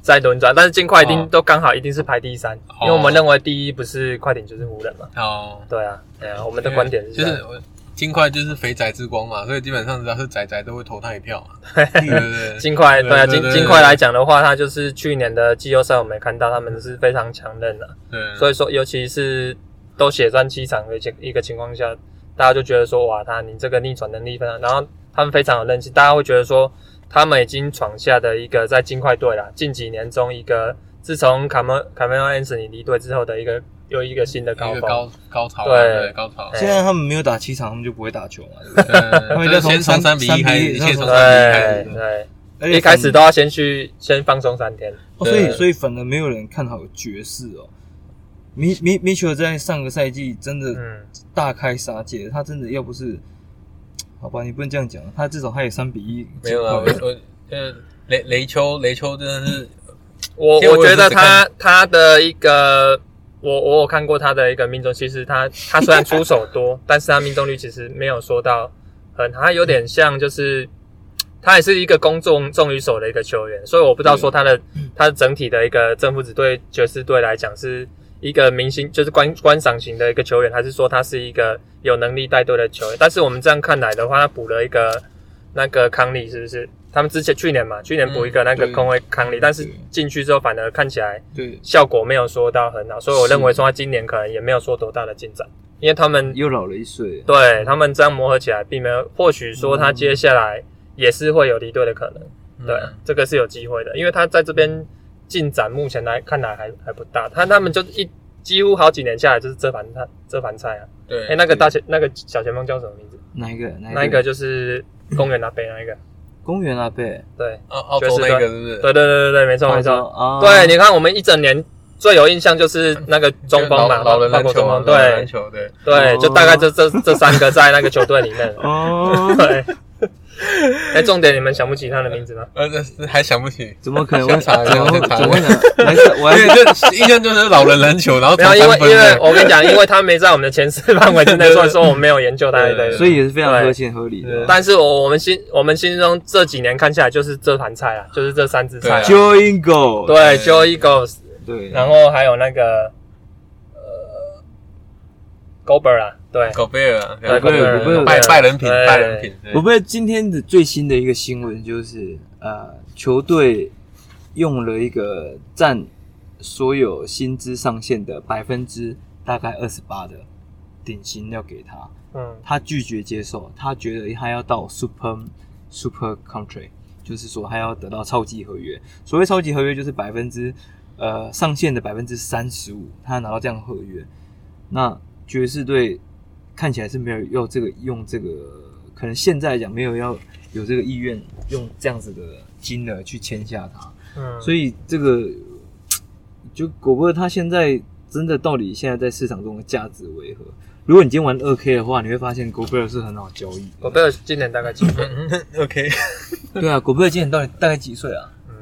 在轮转，但是金块一
哦
定都刚好一定是排第三，因为我们认为第一不是快艇就是湖人嘛。
哦，
对啊，对啊，我们的观点是
就
这样
是我金块就是肥宅之光嘛，所以基本上只要是宅宅都会投他一票
<laughs>
嘛。对对对，
金块
对
对啊，
对
金
对
金块来讲的话，它就是去年的季后赛我们也看到他们是非常强韧的，
对
所以说，尤其是都血战七场的一个情况下，大家就觉得说，哇，他你这个逆转能力非常，然后他们非常有韧性，大家会觉得说，他们已经闯下的一个在金块队啦，近几年中一个自从卡梅卡梅隆安森尼离队之后的一个又一个新的高
一个
峰，
高高潮，啊
对
对高
<laughs>
潮。
现在他们没有打七场，他们就不会打球嘛。对
<laughs>
不对他
对
们
就
在
是先从三比一开始，
3比1
一切从三比
对
一开
对
始。
对，
而且
一开始都要先去先放松三天，
哦所以
对
所以反而没有人看好爵士哦。米米米球在上个赛季真的
嗯，
大开杀戒，他真的要不是，好吧，你不能这样讲，他至少他也三比一。
没有啊，我我呃雷雷丘雷丘真的是
我
其实我
我觉
也
得
是
他他的一个，我我有看过他的一个命中，其实他他虽然出手多， <laughs> 但是他命中率其实没有说到很，他有点像就是他也是一个公众重于手的一个球员，所以我不知道说他的
嗯
他的整体的一个正负值对爵士队来讲是一个明星，就是观观赏型的一个球员，还是说他是一个有能力带队的球员？但是我们这样看来的话，他补了一个那个康利，是不是？他们之前去年嘛，去年补
嗯
一个那个
对
空位康利，但是
对
进去之后反而看起来
对，
效果没有说到很好，所以我认为说他今年可能也没有说多大的进展，因为他们
又老了一岁。
对他们这样磨合起来，并没有，或许说他接下来也是会有离队的可能，
嗯
对，这个是有机会的，因为他在这边进展目前来看来还还不大，他他们就一几乎好几年下来就是这盘菜这盘菜啊，
对
哎、那个大前那个小前锋叫什么名字？
哪一个？哪
那一个就是公园那边那一个，
公园啊？贝？
对，
澳澳洲那个是不是？
对对对对对，没错没错，
啊，。
对，你看我们一整年最有印象就是那个中锋嘛，
老老人
法
篮
国
球
中
啊，
锋，
老人篮
对
球对。
对，哦就大概这这这三个在那个球队里面 <laughs>
哦，
对，哎，重点你们想不起他的名字吗？
呃，这还想不
<laughs>
起，
怎么可能会？
先
怎
查一下
么会？
先查一下
怎么会呢？来，我
因为
要
这印象就是老人篮球，然后
没
投
有，因为
三分
因为
的。
我跟你讲，因为他没在我们的前四范围之内，所以说我们没有研究他
<laughs> 对
对。
所以也是非常合情合理的。
但是我我们心我们心中这几年看起来就是这盘菜啊，就是这三支菜啊。
对
Join Go，
对
对
，Joe Eagles，
对，
然后还有那个呃，Gober 啊，对，
狗贝尔啊，
对
狗贝尔
狗贝尔
拜拜人品，
对
拜人品。对
我们今天的最新的一个新闻就是，呃，球队用了一个占所有薪资上限的百分之大概二十八的顶薪要给他，
嗯
他拒绝接受，他觉得他要到 super super country，就是说他要得到超级合约。所谓超级合约就是百分之呃上限的百分之三十五，他拿到这样的合约。那爵士队看起来是没有要这个用这个，可能现在来讲没有要有这个意愿用这样子的金额去签下他。
嗯，
所以这个就果不他现在真的到底现在在市场中的价值为何？如果你今天玩二 K 的话，你会发现狗贝尔是很好交易的。
我贝尔今年大概几岁？
嗯 OK，
<laughs> 对啊，狗贝尔今年到底大概几岁啊？
嗯。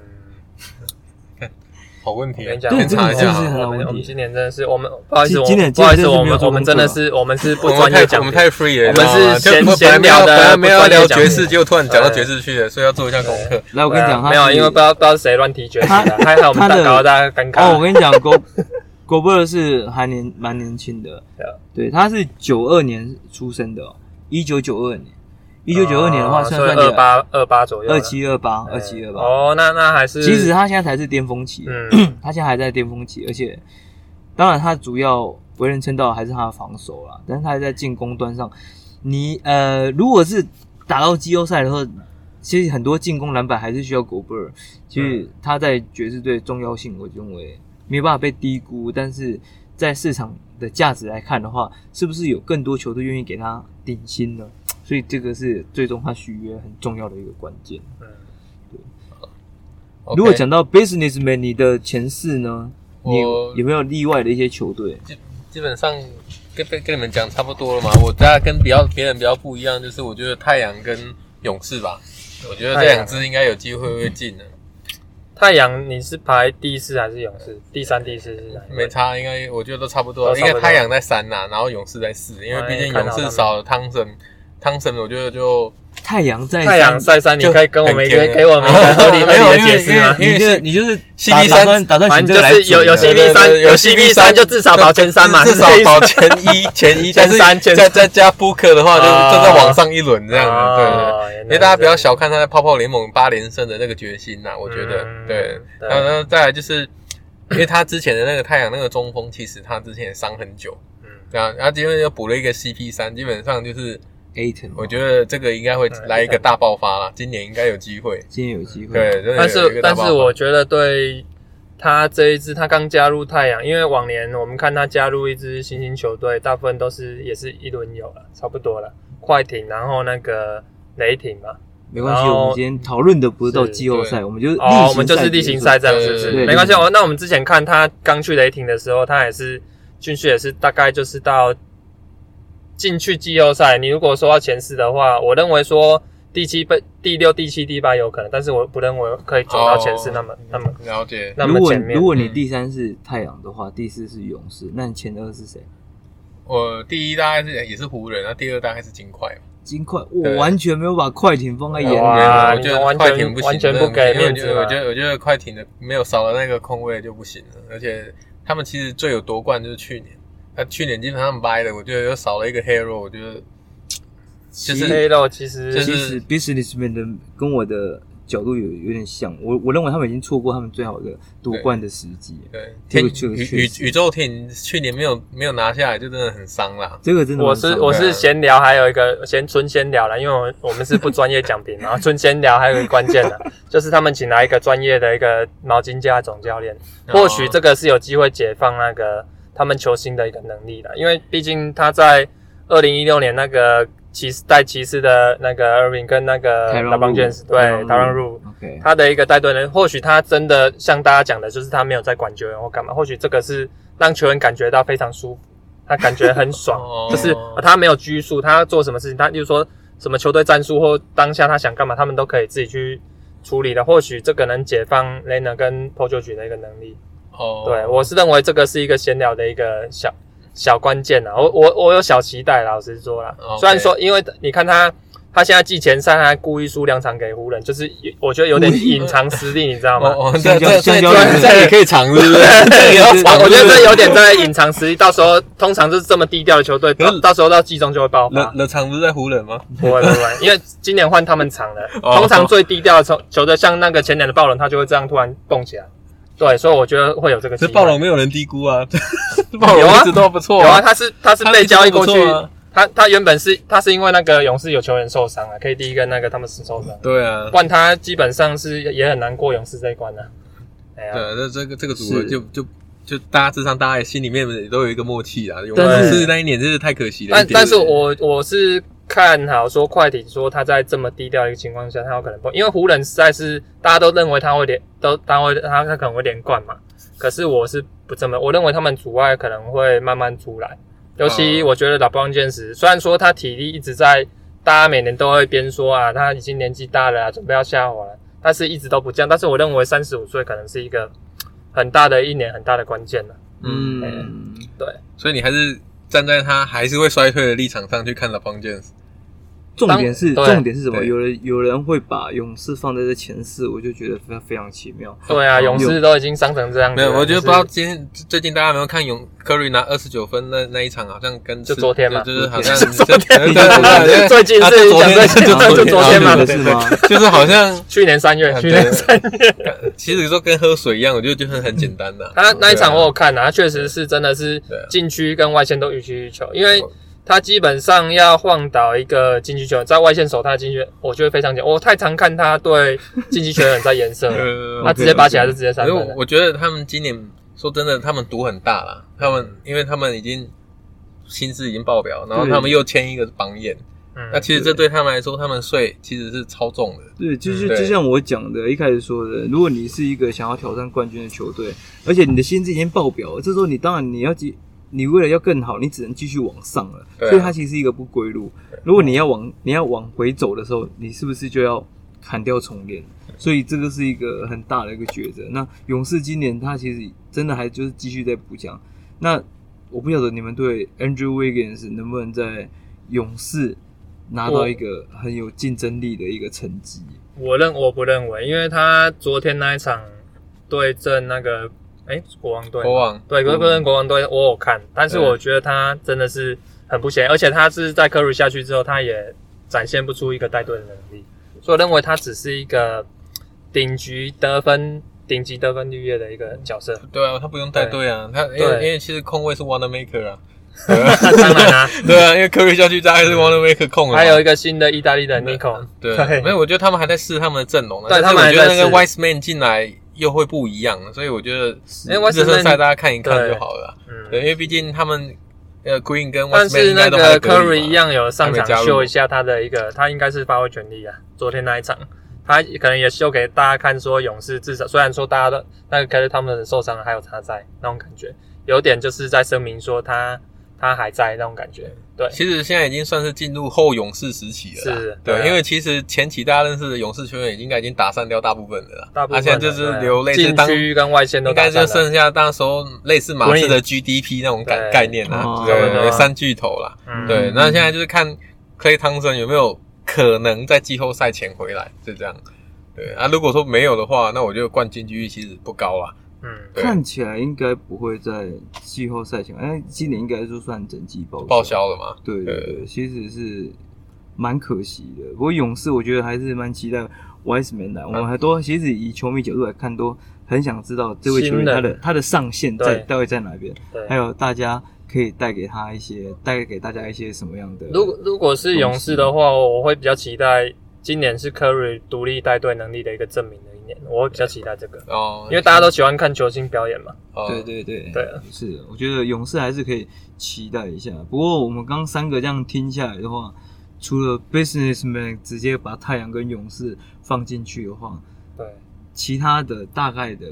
好问题
我
啊，
跟你讲
先查一下
对这个真
啊。
的是很
我
好问
们
题
我们今年真的是我们不好意思，我
今今年
们不好意思，
今年真的是
我
没有
们
做
我们
功课
真的
啊
是我们是
我
不
们
专
太
业讲评，
我们太 free 了，
我们是
你知道吗
闲
就
闲聊的
本来没有
不
要
专业
聊
讲
爵士，
评
结果突然讲到
对
爵士去了，所以要做一下功课。
来，我跟你讲，
对啊
他
没有，
是
因为不知道不知道谁乱提爵士
他
的，还好我们
他
蛋
的
糕大家尴尬。
哦，我跟你讲，狗 <laughs> 狗贝尔是还年蛮年轻的
对啊，
对，他是九二年出生的、哦，一九九二年。一九九二年的话，算算
二八二八左右了，
二七二八
哎
二七二八。
哦，那那还是
其实他现在才是巅峰期，
嗯 <clears throat>
他现在还在巅峰期，而且当然他主要为人称道的还是他的防守啦，但是他在进攻端上，你呃如果是打到季后赛的话，其实很多进攻篮板还是需要狗贝尔，其实他在爵士队的重要性，我认为没有办法被低估，但是在市场的价值来看的话，是不是有更多球队愿意给他顶薪呢？所以这个是最终他续约很重要的一个关键。
嗯
如果
OK
讲到 businessman，你的前四呢？你有
我
有没有例外的一些球队？
基本上跟跟跟你们讲差不多了嘛。我大家跟比较别人比较不一样，就是我觉得太阳跟勇士吧，我觉得这两支应该有机会会进的，
太阳，你是排第四还是勇士？第三、第四是哪一位
没差，应该我觉得都差不多。
都差
应
不
该
多
太阳在三呐、然后勇士在四，因为毕竟
哎看
勇
到
士少了汤森，汤森我觉得就
太阳在
太阳赛三，你可以跟我们
就很啊
给
甜
给
<laughs>
我们一个合理合
没有
理的
因为
解释吗？
你
因为
就是你就是
西
打
西
打
三
算打算
反
请
正
这个
就
来
是有有
些
对
CB 三，
对对
有
有
CB 三
CP3
就至少保前三嘛，
至
是 <laughs>
少
这意思
保前一前一，但是
前三前
加加加 Booker 的话，就
啊
是就在往上一轮这样
哦
子，对对。对
原来
因为大家不要
是这样
小看他在泡泡联盟八连胜的那个决心呐、我觉得、
嗯
对。
对
然后然后再来就是，因为他之前的那个太阳那个中锋，其实他之前也伤很久，
嗯
然后然后今天又补了一个 CP 三，基本上就是
，Aton，
我觉得这个应该会
嗯
来一个大爆发啦，今年应该有机会。
今天有机会。
对，真的
但
有一
是
个大
但
爆
是
发
我觉得对他这一支，他刚加入太阳，因为往年我们看他加入一支新兴球队，大部分都是也是一轮游了，差不多了，快艇，然后那个雷霆嘛，
没关系，
然后
我们今天讨论的不是到季后
是
赛，我们就是例行赛
哦，我们就是例行赛这样，是不是
对对？
对
没关系，
例行
哦。那我们之前看他刚去雷霆的时候，他也是进去也是大概就是到进去季后赛。你如果说到前四的话，我认为说第七、被第六、第七、第八有可能，但是我不认为可以走到前四那么、那么
哦了解，
那
如
么
果
前面。
如果你
嗯
第三是太阳的话，第四是勇士，那你前二是谁？
我第一大概是也是湖人，那第二大概是金块嘛。
金块，我
对
完全没有把快艇放在眼
哇
里。
对，我觉得快艇不行，
完全
真的
不给面
因
子
为我觉得我觉
啊
得我觉得快艇的没有少了那个空位就不行了，而且他们其实最有夺冠就是去年，那去年基本上掰了，我觉得又少了一个 hero，我觉得
其
就是
黑肉其实、
就是
其实 businessman 的跟我的角度有有点像，我我认为他们已经错过他们最好的夺冠的时机。
对
这
天
个这个
宇
确
宇
实
宇宙艇去年没有没有拿下来，就真的很伤啦。
这个真的
我
蛮伤
是
的，
我
对
是
啊
闲聊，还有一个先纯闲聊了，因为我们我们是不专业讲评嘛，然后纯闲聊还有一个关键的，就是他们请来一个专业的一个毛巾架总教练，或许这个是有机会解放那个他们球星的一个能力的，因为毕竟他在二零一六年那个骑士带骑士的那个 Irving 跟那个
Tyronn
l 邦
Lue，
卷士对
Tyronn
达
Lue
邦入
OK，
他的一个带队人，或许他真的像大家讲的，就是他没有在管球员或干嘛，或许这个是让球员感觉到非常舒服，他感觉很爽，
哦
就是呃他没有拘束，他要做什么事情，他例如说什么球队战术或当下他想干嘛，他们都可以自己去处理的。或许这个能解放雷 e 跟 p o j o 的一个能力。
哦，
对我是认为这个是一个闲聊的一个小小关键啊啦，我我我有小期待啦，老实说啦。
OK
虽然说，因为你看他他现在季前赛还故意输两场给湖人，就是有我觉得有点隐藏实力，你知道吗？
<laughs>
<laughs>
哦哦，
香
这
蕉
这这
香蕉
也是
这这也可以尝，是不是？
<laughs>
这也要尝，
我觉得
是不
这
是
有点在隐藏实力，到时候通常就是这么低调的球队，
可是
到到时候到季中就会爆
冷
发。
冷场不是在湖人吗？
不会不会不会，因为今年换他们场了。
哦
通常最低调的球球队，像那个前年的暴龙，他就会这样突然动起来。对，所以我觉得会有这个机
这
会。
暴龙没有人低估啊，暴
有
龙
啊
一直都不错
有啊，，他是他是
他
被交易过
一
去
直都不错啊，
他他原本是他是因为那个勇士有球员受伤了，K D 跟那个他们是受伤，
对啊
不，然他基本上是也很难过勇士这一关的、哎呀，
对，那这个这个组合
是
就就就大家智商，大家也心里面也都有一个默契啦。勇
但
是
士那一年真是太可惜了一
但
点。
但是我我是看好说快艇说他在这么低调的一个情况下，他有可能不，因为湖人实在是大家都认为他会连都他会他他可能会连冠嘛，可是我是不这么，我认为他们阻碍可能会慢慢出来，尤其
嗯
我觉得老布朗健时虽然说他体力一直在，大家每年都会边说啊他已经年纪大了啊，准备要下滑了，但是一直都不降，但是我认为三十五岁可能是一个很大的一年很大的关键了。
嗯，
嗯，
所以你还是站在他还是会衰退的立场上去看 l e b r o n James。
重点是
当对
重点是什么？
对
有人有人会把勇士放在这前四，我就觉得非非常奇妙。
对啊，勇士都已经伤成这样子
没
了，
有，我觉得
就
不
是
知道今天最近大家有没有看永科瑞拿二十九分那那一场，好像跟
就是昨天嘛
对就是好
昨
像
天
是
<laughs> 昨天
对对对对
<laughs> 最近
啊
是
就昨天
讲最近
就
就昨天嘛
有的是吗？
<laughs>
就是好像
去年三月，
啊
去年
对
三
<laughs>
月，
其实说跟喝水一样，我觉得就很很简单的。
他那一场
对啊
我有看啊，他确实是真的是
对啊
禁区跟外线都予取予求，因为他基本上要晃倒一个禁区球员，在外线守他的禁区，我觉得非常简单。我哦太常看他对禁区球员在颜色 <laughs> 了，
呃
啊他直接拔起来就直接三
反
分
正
了。
我觉得他们今年说真的，他们赌很大啦。他们因为他们已经薪资已经爆表，然后
对
他们又签一个榜眼，那
嗯，
其实这对他们来说，他们税其实是超重的。
对，就是
嗯对
就像我讲的，一开始说的，如果你是一个想要挑战冠军的球队，而且你的薪资已经爆表了，这时候你当然你要继，你为了要更好，你只能继续往上了，
对啊
所以它其实是一个不归路。如果你要往你要往回走的时候，你是不是就要砍掉重练？所以这个是一个很大的一个抉择。那勇士今年他其实真的还就是继续在补强。那我不晓得你们对 Andrew Wiggins 能不能在勇士拿到一个很有竞争力的一个成绩？
我认我不认为，因为他昨天那一场对阵那个哎、国王队吗，
国王
对，国
嗯
国跟国王队我有看，但是
对
我觉得他真的是很不行，而且他是在科鲁下去之后，他也展现不出一个带队的能力，所以我认为他只是一个顶级得分、顶级得分绿叶的一个角
<laughs>
色。
对啊，他不用带队啊，他因为
对
因为其实控卫是 Wonder Maker 啊， <laughs>
那当然啦、
对啊，因为 Curry 下去大概是 Wonder Maker 控了嘛。
还有一个新的意大利的 Nico，
对
对，
没有，我觉得他们还在试他们的阵容啊。但
对
是
他们
我
还
觉得
在
那个
试
Wise Man 进来又会不一样，所以我觉得
因为
热
Wiseman-
身赛大家看一看
对
就好了啊。对，
嗯，
因为毕竟他们呃 Green 跟 Wise Man
但是那
应该都还在
个
隔离嘛
Curry 一，样有上
还
场
没加入
秀一下他的一个，他应该是发挥全力啊。昨天那一场，他可能也秀给大家看，说勇士至少虽然说大家都那个 Curry 他们受伤了还有他在那种感觉，有点就是在声明说他他还在那种感觉。对，
其实现在已经算是进入后勇士时期了啦。
是
对，
对啊
因为其实前期大家认识的勇士球员已经应该已经打散掉大部分的了啦，
大部
啊
分
现在
的
就是
对
留类似
禁
当。
区跟外线都
应
打
该
散
就
了。
剩下那时候类似马刺的 GDP 那种概
对
概念
哦
啊，
差
对
不
多啊
对，三巨头啦。
嗯
对，
嗯
那现在就是看 Clay Thompson 有没有可能在季后赛前回来，就这样。对啊，如果说没有的话，那我觉得冠军几率其实不高啊。
嗯，
对，
看起来应该不会在季后赛前，哎，今年应该就算整季报
报。销了嘛。
对对对，其实是蛮可惜的。不过勇士我觉得还是蛮期待 Wiseman
嗯
的，我们还都其实以球迷角度来看，都很想知道这位球员
新人
他的他的上限在
对
到底在哪边，
对
还。有大家可以带给他一些带给大家一些什么样的。
如果如果是勇士的话，我会比较期待今年是 Curry 独立带队能力的一个证明的一年，我会比较期待这个，
哦，
因为大家都喜欢看球星表演嘛。
哦
对对对
对啊，
是的，我觉得勇士还是可以期待一下。不过我们刚三个这样听下来的话，除了 Businessman 直接把太阳跟勇士放进去的话，
对，
其他的大概的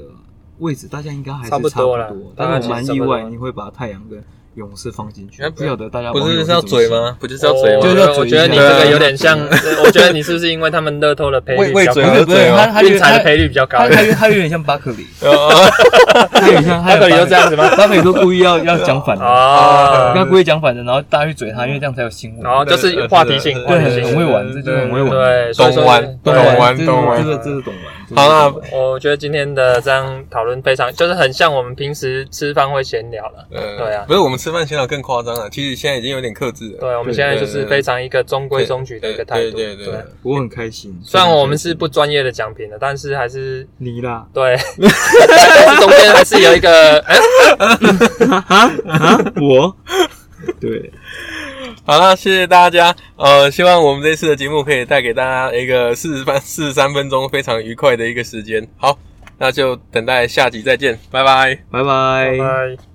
位置大家应该还是
差
差
不
不
多啦大概
但是我蛮
其实
意
差不多啊
外你会把太阳跟勇士放进去
哎，
不晓得大家
不
网友
是
怎
是
么
要嘴
想？
吗？不就是要嘴
我
吗？
哦
哦啊
就是
觉得
要
我
嘴一下啊
觉得你这个有点像， <laughs> 我觉得你是不是因为他们乐透的赔率
为
比
为
较
嘴
高
而，嘴
对
啊。
他
运彩的赔率比较高
他？他有他有点像巴
<laughs>
克利，
哦
他有点像
他可能就这样子吗？
巴克利都故意要要讲反的，
哦，
他故意讲反的，然后大家去嘴他，因为这样才有新闻。
然后就是话题性，
对
话
对，
题
很很
性
会，玩，这就很会玩。
对，所以
懂
说
玩，
对
懂玩，懂玩
这。个这个懂玩。
好啦
我觉得今天的这样讨论非常，就是很像我们平时吃饭会闲聊了。
呃
对啊
不是我们吃饭前聊更夸张了，其实现在已经有点克制了。
对，我们现在就是非常一个中规中矩的一个态度。
对对对对
我很开心。
虽然我们是不专业的讲评的，但是还是
你啦， <laughs>
对，但是中间还是有一个，哎、
啊， <laughs> 我，对，
好了，谢谢大家。呃，希望我们这次的节目可以带给大家一个四十分四十三分钟非常愉快的一个时间。好，那就等待下集再见，拜拜。
拜拜
拜。